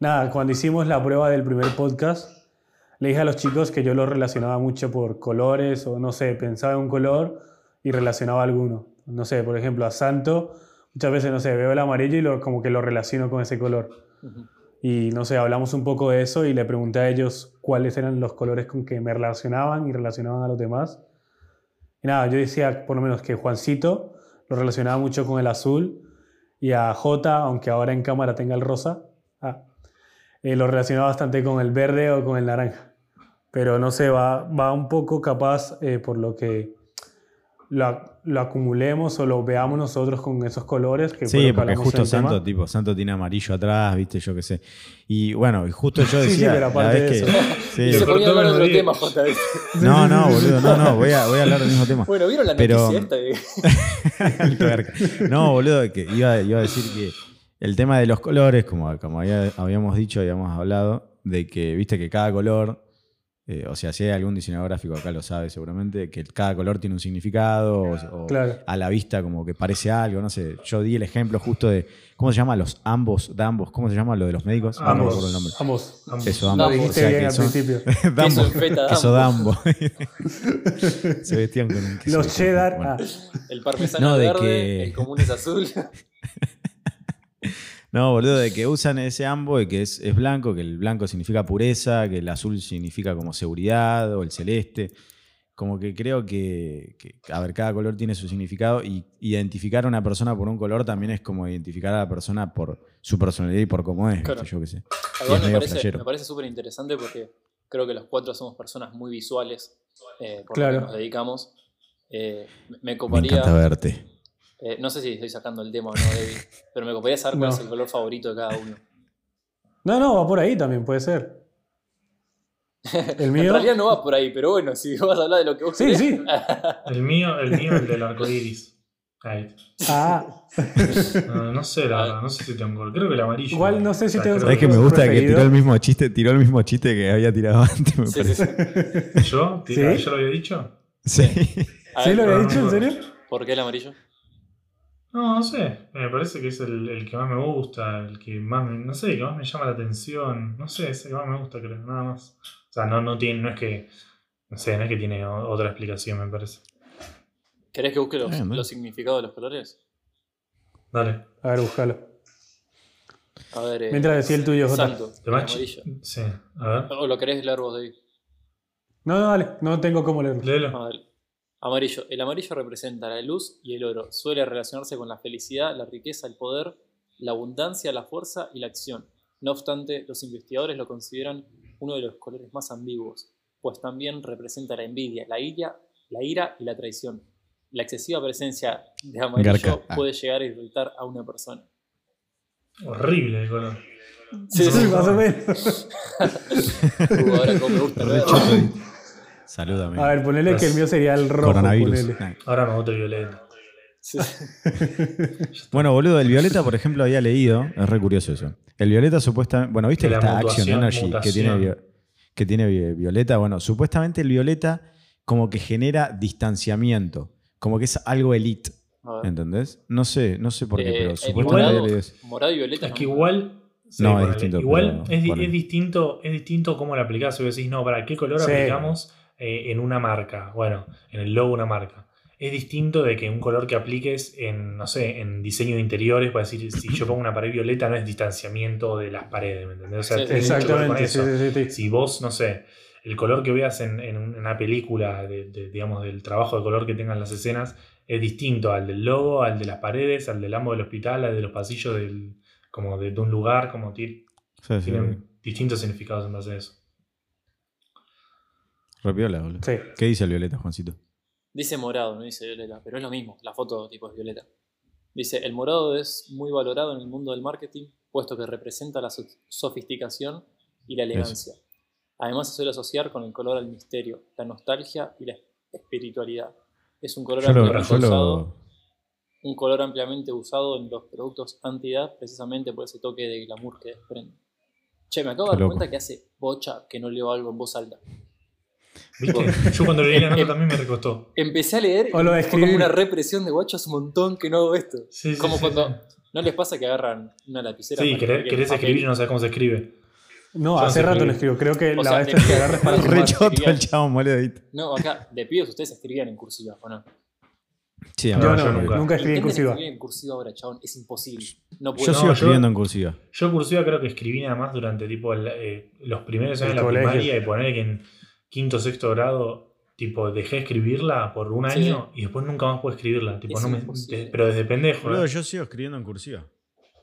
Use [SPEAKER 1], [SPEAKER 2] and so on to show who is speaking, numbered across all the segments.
[SPEAKER 1] Nada, cuando hicimos la prueba del primer podcast, le dije a los chicos que yo lo relacionaba mucho por colores o no sé, pensaba en un color y relacionaba alguno. No sé, por ejemplo, a Santo, muchas veces, no sé, veo el amarillo y lo, como que lo relaciono con ese color. Y no sé, hablamos un poco de eso y le pregunté a ellos cuáles eran los colores con que me relacionaban y relacionaban a los demás. Y nada, yo decía por lo menos que Juancito lo relacionaba mucho con el azul y a J, aunque ahora en cámara tenga el rosa, ah, eh, lo relacionaba bastante con el verde o con el naranja. Pero no sé, va, va un poco capaz eh, por lo que lo, ac- lo acumulemos o lo veamos nosotros con esos colores. Que fue lo
[SPEAKER 2] Sí,
[SPEAKER 1] que
[SPEAKER 2] porque
[SPEAKER 1] hablamos en
[SPEAKER 2] justo
[SPEAKER 1] el tema.
[SPEAKER 2] Santo, tipo, Santo tiene amarillo atrás, viste, yo qué sé. Y bueno, y justo yo
[SPEAKER 1] Sí, sí,
[SPEAKER 2] decía.
[SPEAKER 1] pero
[SPEAKER 2] la
[SPEAKER 1] aparte
[SPEAKER 2] vez
[SPEAKER 1] de
[SPEAKER 2] que- sí.
[SPEAKER 3] Se ponía a hablar de otro
[SPEAKER 4] Rodríguez.
[SPEAKER 3] tema, Jota. dice.
[SPEAKER 2] No, no, boludo, no, no, voy a, voy a hablar del mismo tema.
[SPEAKER 3] Bueno, ¿vieron la
[SPEAKER 2] Pero-
[SPEAKER 3] noticia esta? de-
[SPEAKER 2] El tuerca. No, boludo, que iba, iba a decir que el tema de los colores, como, como había- habíamos dicho, habíamos hablado, de que, viste, que cada color, eh, o sea, si hay algún diseñador gráfico acá lo sabe seguramente, que cada color tiene un significado, o, o
[SPEAKER 1] Claro.
[SPEAKER 2] a la vista como que parece algo, no sé. Yo di el ejemplo justo de, ¿cómo se llama? Los ambos, Dambos, ¿cómo se llama lo de los médicos? No me
[SPEAKER 1] Ambos.
[SPEAKER 2] acuerdo el nombre.
[SPEAKER 1] Ambos.
[SPEAKER 2] Eso,
[SPEAKER 1] Lo
[SPEAKER 2] ambos.
[SPEAKER 3] Ambos.
[SPEAKER 1] dijiste
[SPEAKER 2] O sea,
[SPEAKER 1] bien
[SPEAKER 2] que
[SPEAKER 1] al
[SPEAKER 2] son-
[SPEAKER 1] principio.
[SPEAKER 2] Dambo.
[SPEAKER 3] en feta,
[SPEAKER 2] Queso
[SPEAKER 3] Dambo.
[SPEAKER 2] Dambo. se vestían con un queso.
[SPEAKER 1] Los cheddar.
[SPEAKER 2] Bueno.
[SPEAKER 1] ah,
[SPEAKER 3] El parmesano
[SPEAKER 2] No, de
[SPEAKER 3] verde,
[SPEAKER 2] que-
[SPEAKER 3] el común es azul.
[SPEAKER 2] No, boludo, de que usan ese ambo y que es, es blanco, que el blanco significa pureza, que el azul significa como seguridad o el celeste. Como que creo que, que, a ver, cada color tiene su significado y identificar a una persona por un color también es como identificar a la persona por su personalidad y por cómo es,
[SPEAKER 3] Claro.
[SPEAKER 2] ¿viste? yo qué sé.
[SPEAKER 3] Igual me
[SPEAKER 2] medio
[SPEAKER 3] parece,
[SPEAKER 2] flashero.
[SPEAKER 3] me parece súper interesante porque creo que los cuatro somos personas muy visuales eh, por
[SPEAKER 1] Claro.
[SPEAKER 3] lo que nos dedicamos. Eh, me- me
[SPEAKER 2] Me encanta
[SPEAKER 3] coparía,
[SPEAKER 2] verte.
[SPEAKER 3] eh, no sé si estoy sacando el tema o no, David, pero me coparía saber cuál
[SPEAKER 1] No.
[SPEAKER 3] es el color favorito de cada uno.
[SPEAKER 1] No, no, va por ahí también, puede ser. El
[SPEAKER 3] En
[SPEAKER 1] mío.
[SPEAKER 3] realidad no va por ahí, pero bueno, si vas a hablar de lo que vos
[SPEAKER 1] Sí,
[SPEAKER 3] querés,
[SPEAKER 1] sí.
[SPEAKER 4] El mío, el mío, el del arco iris. Ahí.
[SPEAKER 1] Ah,
[SPEAKER 4] No, no sé, la verdad, no sé si tengo. Creo que el amarillo.
[SPEAKER 1] Igual no sé si tengo-
[SPEAKER 4] creo
[SPEAKER 2] Es que me
[SPEAKER 1] color
[SPEAKER 2] gusta que
[SPEAKER 1] preferido?
[SPEAKER 2] tiró el mismo chiste, tiró el mismo chiste que había tirado antes, me
[SPEAKER 3] Sí, sí,
[SPEAKER 2] parece.
[SPEAKER 3] sí.
[SPEAKER 4] ¿Yo?
[SPEAKER 1] ¿Sí?
[SPEAKER 4] ¿Yo lo había dicho?
[SPEAKER 2] Sí.
[SPEAKER 3] A
[SPEAKER 1] ¿sí
[SPEAKER 3] ver,
[SPEAKER 1] lo había
[SPEAKER 4] no,
[SPEAKER 1] dicho? ¿En
[SPEAKER 4] no.
[SPEAKER 1] serio?
[SPEAKER 3] ¿Por qué el amarillo?
[SPEAKER 4] No, no sé. Me parece que es el, el que más me gusta, el que más me, no sé, el que más me llama la atención. No sé, es el que más me gusta, creo, nada más. O sea, no, no tiene, no es que. No sé, no es que tiene o- otra explicación, me parece.
[SPEAKER 3] ¿Querés que busque los,
[SPEAKER 2] Bien, bien.
[SPEAKER 3] los significados de los colores?
[SPEAKER 4] Dale.
[SPEAKER 1] A ver, búscalo.
[SPEAKER 3] A ver, eh,
[SPEAKER 1] Mientras decía el tuyo, Jota.
[SPEAKER 3] Santo,
[SPEAKER 4] ¿Lo
[SPEAKER 3] el
[SPEAKER 4] más
[SPEAKER 3] amarillo.
[SPEAKER 4] chi- Sí, a ver.
[SPEAKER 3] ¿O lo querés leer vos, David?
[SPEAKER 1] No, no, dale, no tengo cómo leerlo.
[SPEAKER 4] Léelo.
[SPEAKER 3] A ver. Amarillo. El amarillo representa la luz y el oro. Suele relacionarse con la felicidad, la riqueza, el poder, la abundancia, la fuerza y la acción. No obstante, los investigadores lo consideran uno de los colores más ambiguos, pues también representa la envidia, la ira, la ira y la traición. La excesiva presencia de amarillo
[SPEAKER 2] Garca. Ah.
[SPEAKER 3] puede llegar a irritar a una persona.
[SPEAKER 4] Horrible el color.
[SPEAKER 3] Sí, sí,
[SPEAKER 1] Sí, más o menos.
[SPEAKER 3] ahora como me gusta.
[SPEAKER 2] Re choto. Salúdame.
[SPEAKER 1] A ver, ponele que el mío sería el rojo.
[SPEAKER 2] Coronavirus.
[SPEAKER 1] ponele.
[SPEAKER 2] Ah.
[SPEAKER 4] Ahora me gusta el violeta.
[SPEAKER 3] Sí.
[SPEAKER 2] Bueno, boludo, el Violeta, por ejemplo, había leído, es re curioso eso. El Violeta supuestamente, bueno, viste
[SPEAKER 4] Que
[SPEAKER 2] que
[SPEAKER 4] la
[SPEAKER 2] está Action
[SPEAKER 4] mutación-
[SPEAKER 2] Energy que tiene,
[SPEAKER 4] mutación.
[SPEAKER 2] vi- que tiene vi- Violeta, bueno, supuestamente el Violeta como que genera distanciamiento, como que es algo elite,
[SPEAKER 3] A ver.
[SPEAKER 2] ¿entendés? No sé, no sé por qué,
[SPEAKER 3] Eh,
[SPEAKER 2] pero
[SPEAKER 3] el
[SPEAKER 2] supuestamente
[SPEAKER 3] morado-
[SPEAKER 2] había leído eso.
[SPEAKER 3] Morado y violeta.
[SPEAKER 4] Es
[SPEAKER 3] ¿no?
[SPEAKER 4] que igual. sí,
[SPEAKER 2] No, es
[SPEAKER 4] ponele,
[SPEAKER 2] distinto,
[SPEAKER 4] Igual
[SPEAKER 2] pero
[SPEAKER 4] es, di-
[SPEAKER 2] ponele.
[SPEAKER 4] es distinto, es distinto cómo lo aplicás. Si vos decís, no, ¿para qué color
[SPEAKER 1] Sí.
[SPEAKER 4] aplicamos eh, en una marca? Bueno, en el logo de una marca. Es distinto de que un color que apliques en, no sé, en diseño de interiores, para decir, si yo pongo una pared violeta, no es distanciamiento de las paredes, ¿me entendés? O sea,
[SPEAKER 3] Sí, sí,
[SPEAKER 4] tiene mucho que ver con
[SPEAKER 1] Exactamente, sí,
[SPEAKER 4] eso.
[SPEAKER 1] sí, sí, sí.
[SPEAKER 4] Si vos, no sé, el color que veas en, en un- en una película, de- de- digamos, del trabajo de color que tengan las escenas, es distinto al del logo, al de las paredes, al del amo del hospital, al de los pasillos del, como de, de un lugar, como ti-
[SPEAKER 2] Sí, sí,
[SPEAKER 4] tienen distintos significados en base a eso.
[SPEAKER 2] re piola, boludo.
[SPEAKER 1] Sí.
[SPEAKER 2] ¿Qué dice el Violeta, Juancito?
[SPEAKER 3] Dice morado, no dice violeta, pero es lo mismo, la foto tipo es violeta. Dice, el morado es muy valorado en el mundo del marketing, puesto que representa la so- sofisticación y la elegancia. Además se suele asociar con el color al misterio, la nostalgia y la espiritualidad. Es un color
[SPEAKER 2] Yo lo,
[SPEAKER 3] ampliamente
[SPEAKER 2] yo lo-
[SPEAKER 3] usado, un color ampliamente usado en los productos anti-edad, precisamente por ese toque de glamour que desprende. Che, me acabo de
[SPEAKER 2] Qué
[SPEAKER 3] dar
[SPEAKER 2] loco.
[SPEAKER 3] cuenta que hace bocha que no leo algo en voz alta.
[SPEAKER 4] ¿Viste? Yo cuando leí la nota también me recostó.
[SPEAKER 3] Empecé a leer y
[SPEAKER 1] O lo de
[SPEAKER 3] fue como
[SPEAKER 1] escribir.
[SPEAKER 3] una represión de guachos un montón que no hago esto.
[SPEAKER 4] Sí, sí,
[SPEAKER 3] Como
[SPEAKER 4] sí,
[SPEAKER 3] cuando
[SPEAKER 4] sí.
[SPEAKER 3] ¿No les pasa que agarran una lapicera?
[SPEAKER 4] Sí,
[SPEAKER 3] para
[SPEAKER 4] querés,
[SPEAKER 3] escribir en
[SPEAKER 4] querés
[SPEAKER 3] papel?
[SPEAKER 4] escribir y no sabes cómo se escribe.
[SPEAKER 1] No,
[SPEAKER 4] Yo
[SPEAKER 1] hace
[SPEAKER 4] no sé
[SPEAKER 1] rato no
[SPEAKER 4] escribir.
[SPEAKER 1] escribo. Creo que
[SPEAKER 3] O
[SPEAKER 1] la
[SPEAKER 3] sea,
[SPEAKER 1] vez
[SPEAKER 3] te-
[SPEAKER 1] que agarres para
[SPEAKER 3] Re
[SPEAKER 1] jugar.
[SPEAKER 2] Re choto el chabón, boludo. ¿viste?
[SPEAKER 3] No, acá, de pibes ustedes escribían en cursiva, ¿o no?
[SPEAKER 2] Sí, a
[SPEAKER 4] No,
[SPEAKER 2] mí
[SPEAKER 1] Yo
[SPEAKER 2] me
[SPEAKER 1] no,
[SPEAKER 2] parece
[SPEAKER 1] nunca, escribí
[SPEAKER 2] que-
[SPEAKER 1] en
[SPEAKER 3] Intenten
[SPEAKER 1] cursiva.
[SPEAKER 3] escribir en cursiva ahora, chabón, es imposible. No
[SPEAKER 2] Yo
[SPEAKER 3] puedo.
[SPEAKER 4] No,
[SPEAKER 2] sigo
[SPEAKER 4] yo-
[SPEAKER 2] escribiendo en cursiva.
[SPEAKER 4] Yo cursiva creo que escribí nada más durante tipo el, eh, los primeros años
[SPEAKER 1] El
[SPEAKER 4] de la
[SPEAKER 1] colegio.
[SPEAKER 4] primaria y poner que en quinto sexto grado tipo dejé de escribirla por un
[SPEAKER 3] Sí.
[SPEAKER 4] año y después nunca más pude escribirla. Tipo,
[SPEAKER 3] Es
[SPEAKER 4] no me-
[SPEAKER 3] imposible.
[SPEAKER 4] de- pero desde pendejo.
[SPEAKER 2] Boludo,
[SPEAKER 4] ¿eh?
[SPEAKER 2] yo sigo escribiendo en cursiva.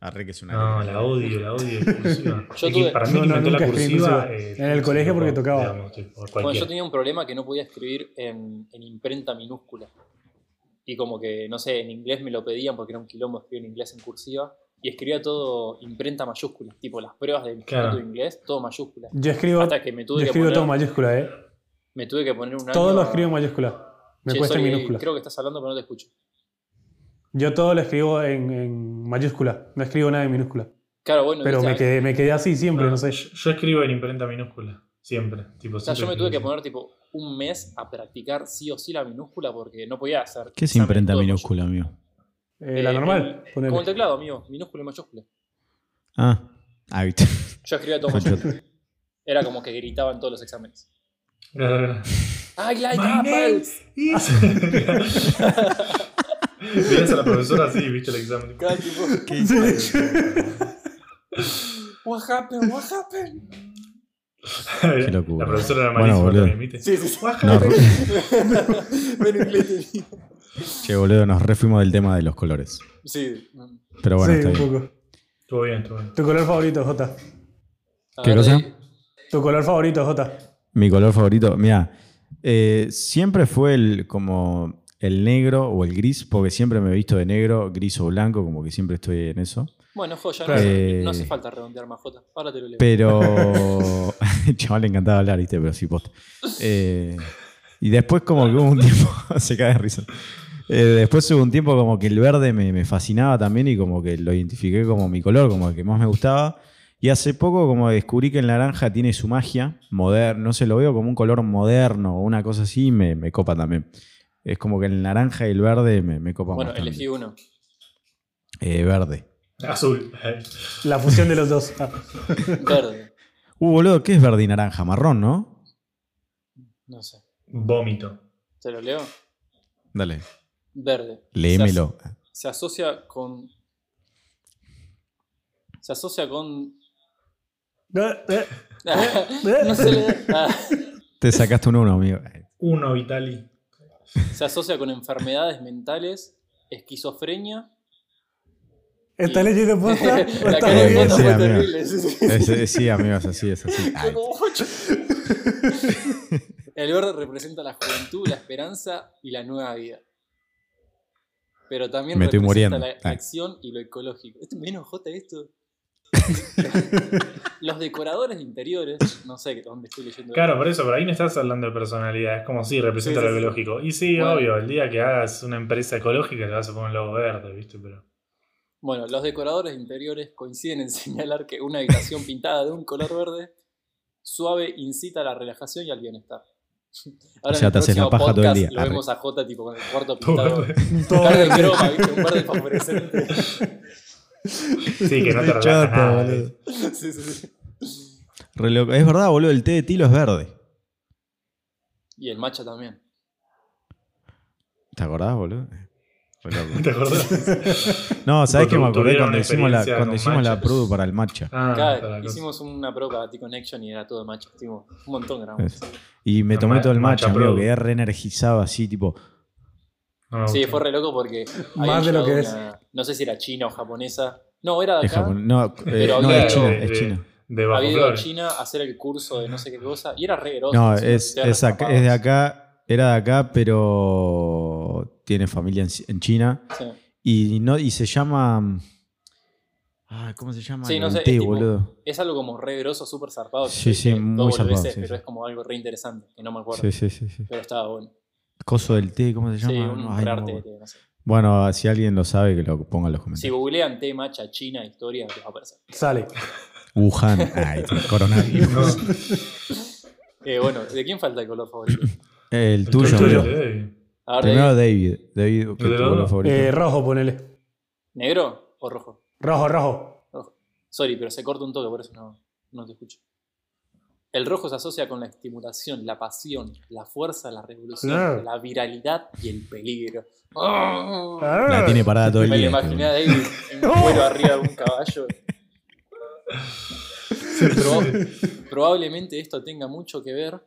[SPEAKER 2] Arre que es una.
[SPEAKER 4] No,
[SPEAKER 2] lacra.
[SPEAKER 4] la odio, la odio. cursiva.
[SPEAKER 3] Yo
[SPEAKER 4] Es que
[SPEAKER 3] tuve-
[SPEAKER 4] para mí
[SPEAKER 1] No,
[SPEAKER 4] que
[SPEAKER 1] no,
[SPEAKER 4] inventó la
[SPEAKER 1] nunca escribí en
[SPEAKER 4] cursiva.
[SPEAKER 1] cursiva.
[SPEAKER 4] eh,
[SPEAKER 1] En el colegio porque tocaba.
[SPEAKER 4] digamos, tipo,
[SPEAKER 3] Bueno, yo
[SPEAKER 4] cualquiera.
[SPEAKER 3] tenía un problema que no podía escribir en, en imprenta minúscula. Y como que, no sé, en inglés me lo pedían porque era un quilombo escribir en inglés en cursiva. Y escribía todo imprenta mayúscula, tipo las pruebas del
[SPEAKER 4] Claro.
[SPEAKER 3] instituto de inglés, todo mayúscula.
[SPEAKER 1] Yo escribo,
[SPEAKER 3] Hasta que me
[SPEAKER 1] yo
[SPEAKER 3] tuve que,
[SPEAKER 1] escribo
[SPEAKER 3] poner,
[SPEAKER 1] todo en mayúscula, ¿eh?
[SPEAKER 3] me tuve que poner un año.
[SPEAKER 1] Todo lo
[SPEAKER 3] a-
[SPEAKER 1] escribo en mayúscula. Me
[SPEAKER 3] Che,
[SPEAKER 1] cuesta en
[SPEAKER 3] sorry,
[SPEAKER 1] minúscula.
[SPEAKER 3] Creo que estás hablando, pero no te escucho.
[SPEAKER 1] Yo todo lo escribo en, en mayúscula. No escribo nada en minúscula.
[SPEAKER 3] Claro, bueno,
[SPEAKER 1] Pero
[SPEAKER 3] viste,
[SPEAKER 1] me quedé, me quedé así siempre,
[SPEAKER 4] No,
[SPEAKER 1] no sé. eh,
[SPEAKER 4] yo, yo escribo en imprenta minúscula. Siempre. Tipo,
[SPEAKER 3] O sea, yo
[SPEAKER 4] siempre
[SPEAKER 3] me tuve que
[SPEAKER 4] escribo
[SPEAKER 3] poner tipo un mes a practicar sí o sí la minúscula porque no podía hacer.
[SPEAKER 2] ¿Qué es
[SPEAKER 3] examen
[SPEAKER 2] imprenta
[SPEAKER 3] todo
[SPEAKER 2] minúscula, amigo?
[SPEAKER 1] Eh, la
[SPEAKER 3] Eh,
[SPEAKER 1] normal,
[SPEAKER 3] mayúscula.
[SPEAKER 1] ponele.
[SPEAKER 3] Como el teclado, amigo, minúscula y mayúscula.
[SPEAKER 2] Ah, ah, viste.
[SPEAKER 3] Yo escribía todo
[SPEAKER 2] Fue
[SPEAKER 3] mayúscula. Era como que gritaba en todos los exámenes.
[SPEAKER 4] así.
[SPEAKER 3] I like
[SPEAKER 4] My name
[SPEAKER 3] apples.
[SPEAKER 4] is- Veías a la profesora así, viste el examen.
[SPEAKER 3] Claro, tipo,
[SPEAKER 2] Qué hijo de-
[SPEAKER 3] What happened? What happened?
[SPEAKER 2] Qué locura.
[SPEAKER 4] La profesora era
[SPEAKER 2] Bueno,
[SPEAKER 4] malísima
[SPEAKER 2] boludo.
[SPEAKER 4] también, ¿viste?
[SPEAKER 3] Sí, sí, sí.
[SPEAKER 2] No, re-
[SPEAKER 3] Pero inglés tenía.
[SPEAKER 2] che, boludo, nos refuimos del tema de los colores.
[SPEAKER 3] Sí. mm.
[SPEAKER 2] Pero bueno,
[SPEAKER 1] sí,
[SPEAKER 2] está
[SPEAKER 1] un
[SPEAKER 2] bien.
[SPEAKER 1] poco.
[SPEAKER 4] Estuvo bien, estuvo bien.
[SPEAKER 1] ¿Tu color favorito, Jota?
[SPEAKER 3] A
[SPEAKER 2] ¿Qué
[SPEAKER 3] ver,
[SPEAKER 2] cosa?
[SPEAKER 3] eh,
[SPEAKER 1] ¿Tu color favorito, Jota?
[SPEAKER 2] Mi color favorito, mira, eh, siempre fue el como el negro o el gris, porque siempre me he visto de negro, gris o blanco, como que siempre estoy en eso.
[SPEAKER 3] Bueno, joya, no,
[SPEAKER 1] Claro.
[SPEAKER 3] hace- no
[SPEAKER 2] Eh.
[SPEAKER 3] hace falta redondear más, Jota. Ahora te lo leo.
[SPEAKER 2] Pero. Chaval, le encantaba hablar, ¿viste? Pero sí, posta. Eh, y después, como que hubo un tiempo. se cae de risa. Eh, después hubo un tiempo como que el verde me, me fascinaba también y como que lo identifiqué como mi color, como el que más me gustaba. Y hace poco como descubrí que el naranja tiene su magia, moderno, no sé, lo veo como un color moderno o una cosa así y me, me copa también. Es como que el naranja y el verde me, me copan
[SPEAKER 3] bueno,
[SPEAKER 2] bastante.
[SPEAKER 3] elegí uno.
[SPEAKER 2] Eh, verde.
[SPEAKER 4] Azul. eh,
[SPEAKER 1] La fusión de los dos. Ah,
[SPEAKER 3] Verde.
[SPEAKER 2] Uh, boludo, ¿qué es verde y naranja? Marrón, ¿no?
[SPEAKER 3] No sé.
[SPEAKER 4] Vómito.
[SPEAKER 3] ¿Te lo leo?
[SPEAKER 2] Dale.
[SPEAKER 3] Verde.
[SPEAKER 2] Léemelo.
[SPEAKER 3] se asocia con. Se asocia con.
[SPEAKER 1] eh, eh,
[SPEAKER 3] no se le- Ah,
[SPEAKER 2] Te sacaste un uno, amigo.
[SPEAKER 4] Uno, Vitali.
[SPEAKER 3] se asocia con enfermedades mentales, esquizofrenia.
[SPEAKER 1] ¿Estás leyendo posta? ¿O
[SPEAKER 3] La
[SPEAKER 1] estás
[SPEAKER 3] cara de
[SPEAKER 2] bien,
[SPEAKER 1] leyendo?
[SPEAKER 3] Moto
[SPEAKER 2] sí,
[SPEAKER 3] fue
[SPEAKER 2] amigo.
[SPEAKER 3] terrible. sí, sí, sí.
[SPEAKER 2] Es- es- sí, amigo, es así, es así. Ay,
[SPEAKER 3] El verde representa la juventud, la esperanza y la nueva vida. Pero también
[SPEAKER 2] Me estoy
[SPEAKER 3] representa
[SPEAKER 2] muriendo.
[SPEAKER 3] la
[SPEAKER 2] Ah.
[SPEAKER 3] acción y lo ecológico. ¿Esto menos J esto? Los decoradores de interiores, no sé dónde estoy leyendo.
[SPEAKER 4] Claro, por eso, por ahí no estás hablando de personalidad. Es como si representa
[SPEAKER 3] Sí, sí, sí.
[SPEAKER 4] lo ecológico. Y sí,
[SPEAKER 3] Bueno.
[SPEAKER 4] obvio, el día que hagas una empresa ecológica le vas a poner un logo verde, ¿viste? Pero.
[SPEAKER 3] Bueno, los decoradores de interiores coinciden en señalar que una habitación pintada de un color verde suave incita a la relajación y al bienestar.
[SPEAKER 2] O
[SPEAKER 3] Ahora
[SPEAKER 2] sea,
[SPEAKER 3] en
[SPEAKER 2] te
[SPEAKER 3] el
[SPEAKER 2] haces la
[SPEAKER 3] próximo
[SPEAKER 2] paja todo el
[SPEAKER 3] podcast
[SPEAKER 2] día.
[SPEAKER 3] Lo
[SPEAKER 2] Arre.
[SPEAKER 3] vemos a J tipo con el cuarto
[SPEAKER 4] Todo
[SPEAKER 3] pintado.
[SPEAKER 4] verde.
[SPEAKER 1] Todo
[SPEAKER 3] Claro, el
[SPEAKER 1] verde.
[SPEAKER 3] croma, ¿viste? Un verde favorecente.
[SPEAKER 4] Sí, que no te
[SPEAKER 2] Re
[SPEAKER 4] relajas
[SPEAKER 2] choto,
[SPEAKER 4] nada,
[SPEAKER 2] boludo.
[SPEAKER 4] ¿viste?
[SPEAKER 3] Sí, sí, sí.
[SPEAKER 2] Re loco. Es verdad, boludo, el té de tilo es verde.
[SPEAKER 3] Y el macho también.
[SPEAKER 2] ¿Te acordás, boludo? Re loco.
[SPEAKER 4] ¿Te acordás?
[SPEAKER 2] No, ¿sabés qué me
[SPEAKER 4] Tuvieron
[SPEAKER 2] acordé
[SPEAKER 4] una
[SPEAKER 2] cuando hicimos la,
[SPEAKER 4] experiencia
[SPEAKER 2] cuando
[SPEAKER 4] con
[SPEAKER 2] hicimos la
[SPEAKER 4] matcha.
[SPEAKER 2] produ para el matcha?
[SPEAKER 4] Ah,
[SPEAKER 3] Acá
[SPEAKER 4] está la cosa.
[SPEAKER 3] hicimos una pro para T-Connection y era todo macho. Tipo, un montón grabamos.
[SPEAKER 2] Es. Y me
[SPEAKER 4] La
[SPEAKER 2] tomé
[SPEAKER 4] ma-
[SPEAKER 2] todo el matcha,
[SPEAKER 4] matcha
[SPEAKER 2] amigo,
[SPEAKER 4] produ.
[SPEAKER 2] quedé re energizado así, tipo.
[SPEAKER 4] No me
[SPEAKER 3] Sí,
[SPEAKER 4] gusta.
[SPEAKER 3] fue re loco porque. habían
[SPEAKER 1] Más de lo
[SPEAKER 3] llevado
[SPEAKER 1] que es.
[SPEAKER 3] una- No sé si era china o japonesa. No, era de
[SPEAKER 2] Es
[SPEAKER 3] acá.
[SPEAKER 2] japonés. No, eh,
[SPEAKER 3] Pero
[SPEAKER 2] no,
[SPEAKER 3] había
[SPEAKER 2] es chino,
[SPEAKER 4] de-
[SPEAKER 2] es
[SPEAKER 4] de-
[SPEAKER 2] chino.
[SPEAKER 4] De
[SPEAKER 3] Había
[SPEAKER 4] bajo
[SPEAKER 3] ido a
[SPEAKER 4] flores.
[SPEAKER 3] China a hacer el curso de no sé qué cosa y era re grosso.
[SPEAKER 2] No,
[SPEAKER 3] encima,
[SPEAKER 2] es,
[SPEAKER 3] eran
[SPEAKER 2] es acá-
[SPEAKER 3] rescapados.
[SPEAKER 2] es de acá, era de acá, pero tiene familia en- en China.
[SPEAKER 3] Sí.
[SPEAKER 2] Y, no, y se llama. Ah, ¿cómo se llama?
[SPEAKER 3] Sí, no
[SPEAKER 2] El
[SPEAKER 3] sé,
[SPEAKER 2] té,
[SPEAKER 3] es tipo-
[SPEAKER 2] boludo.
[SPEAKER 3] Es algo como re grosso, súper zarpado.
[SPEAKER 2] Sí, sí,
[SPEAKER 3] que
[SPEAKER 2] muy
[SPEAKER 3] dos
[SPEAKER 2] zarpado,
[SPEAKER 3] boludeces,
[SPEAKER 2] sí,
[SPEAKER 3] Pero
[SPEAKER 2] sí.
[SPEAKER 3] es como algo re interesante, que no me acuerdo.
[SPEAKER 2] Sí, sí, sí, sí.
[SPEAKER 3] Pero estaba bueno.
[SPEAKER 2] Coso del té, ¿cómo se llama?
[SPEAKER 3] Sí, un
[SPEAKER 2] No, ay, no
[SPEAKER 3] re
[SPEAKER 2] me
[SPEAKER 3] arte
[SPEAKER 2] acuerdo.
[SPEAKER 3] de- no sé.
[SPEAKER 2] bueno, si alguien lo sabe, que lo ponga en los
[SPEAKER 3] Si
[SPEAKER 2] comentarios.
[SPEAKER 3] googlean té, macha, China, historia, les va a aparecer.
[SPEAKER 1] Sale.
[SPEAKER 2] Wuhan. Ay, coronavirus.
[SPEAKER 4] No,
[SPEAKER 3] Eh, bueno, ¿de quién falta el color favorito?
[SPEAKER 2] El
[SPEAKER 4] el
[SPEAKER 2] tuyo,
[SPEAKER 1] tuyo.
[SPEAKER 2] boludo.
[SPEAKER 4] eh.
[SPEAKER 3] A ver,
[SPEAKER 2] Primero
[SPEAKER 3] David,
[SPEAKER 2] David. David, que
[SPEAKER 4] ¿El de Eh,
[SPEAKER 2] tu
[SPEAKER 4] los
[SPEAKER 2] color
[SPEAKER 4] dos?
[SPEAKER 2] favorito.
[SPEAKER 1] Eh, rojo, ponele.
[SPEAKER 3] ¿negro? o rojo?
[SPEAKER 1] Rojo, rojo.
[SPEAKER 3] Sorry, pero se corta un toque, por eso no, no te escucho. El rojo se asocia con la estimulación, la pasión, la fuerza, la revolución,
[SPEAKER 1] Claro.
[SPEAKER 3] la viralidad y el peligro. ¡Oh!
[SPEAKER 1] Ah,
[SPEAKER 2] La tiene parada todo el
[SPEAKER 3] Me lo
[SPEAKER 2] día. este,
[SPEAKER 3] imaginé ahí en cuero arriba de un caballo. Proba- Probablemente esto tenga mucho que ver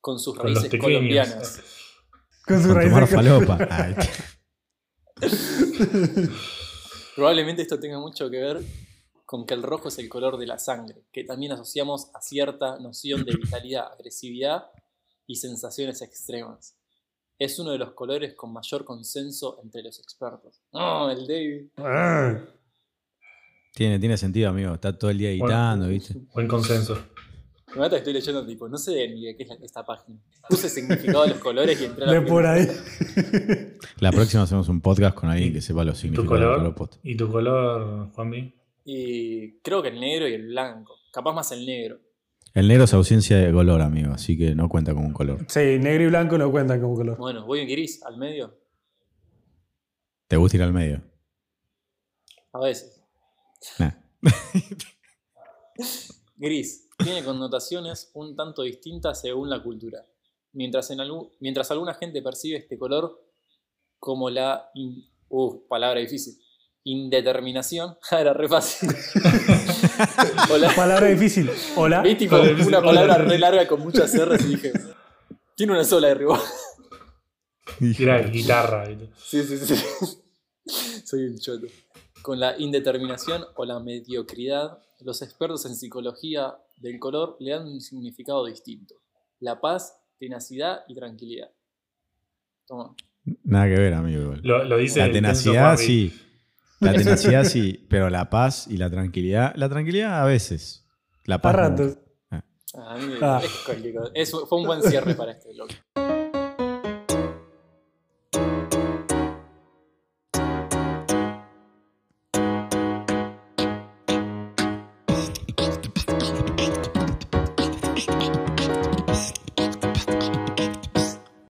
[SPEAKER 3] con sus
[SPEAKER 4] Con los
[SPEAKER 3] raíces colombianas.
[SPEAKER 4] pequeños.
[SPEAKER 1] Con su
[SPEAKER 2] Con
[SPEAKER 1] raíz
[SPEAKER 2] tomar
[SPEAKER 1] de-
[SPEAKER 2] falopa. Ay,
[SPEAKER 3] Probablemente esto tenga mucho que ver con que el rojo es el color de la sangre, que también asociamos a cierta noción de vitalidad, agresividad y sensaciones extremas. Es uno de los colores con mayor consenso entre los expertos. No, el David.
[SPEAKER 1] Ah.
[SPEAKER 2] tiene, tiene sentido, amigo. Está todo el día editando,
[SPEAKER 3] pues,
[SPEAKER 2] ¿viste?
[SPEAKER 4] Buen consenso.
[SPEAKER 3] Me mata que estoy leyendo tipo, no sé ni de qué es la- esta página. Puse significado de los colores y entré a la
[SPEAKER 1] De por
[SPEAKER 3] primera.
[SPEAKER 1] ahí.
[SPEAKER 2] La próxima hacemos un podcast con alguien que sepa los
[SPEAKER 4] ¿Tu
[SPEAKER 2] significados del
[SPEAKER 4] color?
[SPEAKER 2] color posta.
[SPEAKER 4] ¿Y tu color, Juanvi?
[SPEAKER 3] Y creo que el negro y el blanco. Capaz más el negro.
[SPEAKER 2] El negro es ausencia de color, amigo, así que no cuenta como un color.
[SPEAKER 1] Sí, negro y blanco no cuentan como color.
[SPEAKER 3] Bueno, voy en gris, al medio.
[SPEAKER 2] ¿Te gusta ir al medio?
[SPEAKER 3] A veces.
[SPEAKER 2] Nah.
[SPEAKER 3] Gris tiene connotaciones un tanto distintas según la cultura. Mientras, en algu- mientras alguna gente percibe este color como la. in- uh, palabra difícil. Indeterminación. Era re fácil. O la-
[SPEAKER 1] Palabra difícil. Hola.
[SPEAKER 3] Vi tipo
[SPEAKER 4] Hola,
[SPEAKER 3] una
[SPEAKER 4] hola.
[SPEAKER 3] palabra re larga con muchas R's y dije. Tiene una sola R. vos".
[SPEAKER 4] Tira guitarra. ¿viste?
[SPEAKER 3] Sí, sí, sí. Soy un choto. Con la indeterminación o la mediocridad, los expertos en psicología del color le dan un significado distinto. La paz, tenacidad y tranquilidad. Toma.
[SPEAKER 2] Nada que ver, amigo. igual.
[SPEAKER 4] Lo, lo dice
[SPEAKER 2] La
[SPEAKER 4] el intenso
[SPEAKER 2] tenacidad
[SPEAKER 4] Juanvi.
[SPEAKER 2] sí. La tenacidad sí, pero la paz y la tranquilidad. La tranquilidad a veces. La
[SPEAKER 1] A
[SPEAKER 2] paz. nunca.
[SPEAKER 1] ratos.
[SPEAKER 3] A mí
[SPEAKER 1] Ah.
[SPEAKER 3] es cualquier cosa. Es- fue un buen cierre para este blog.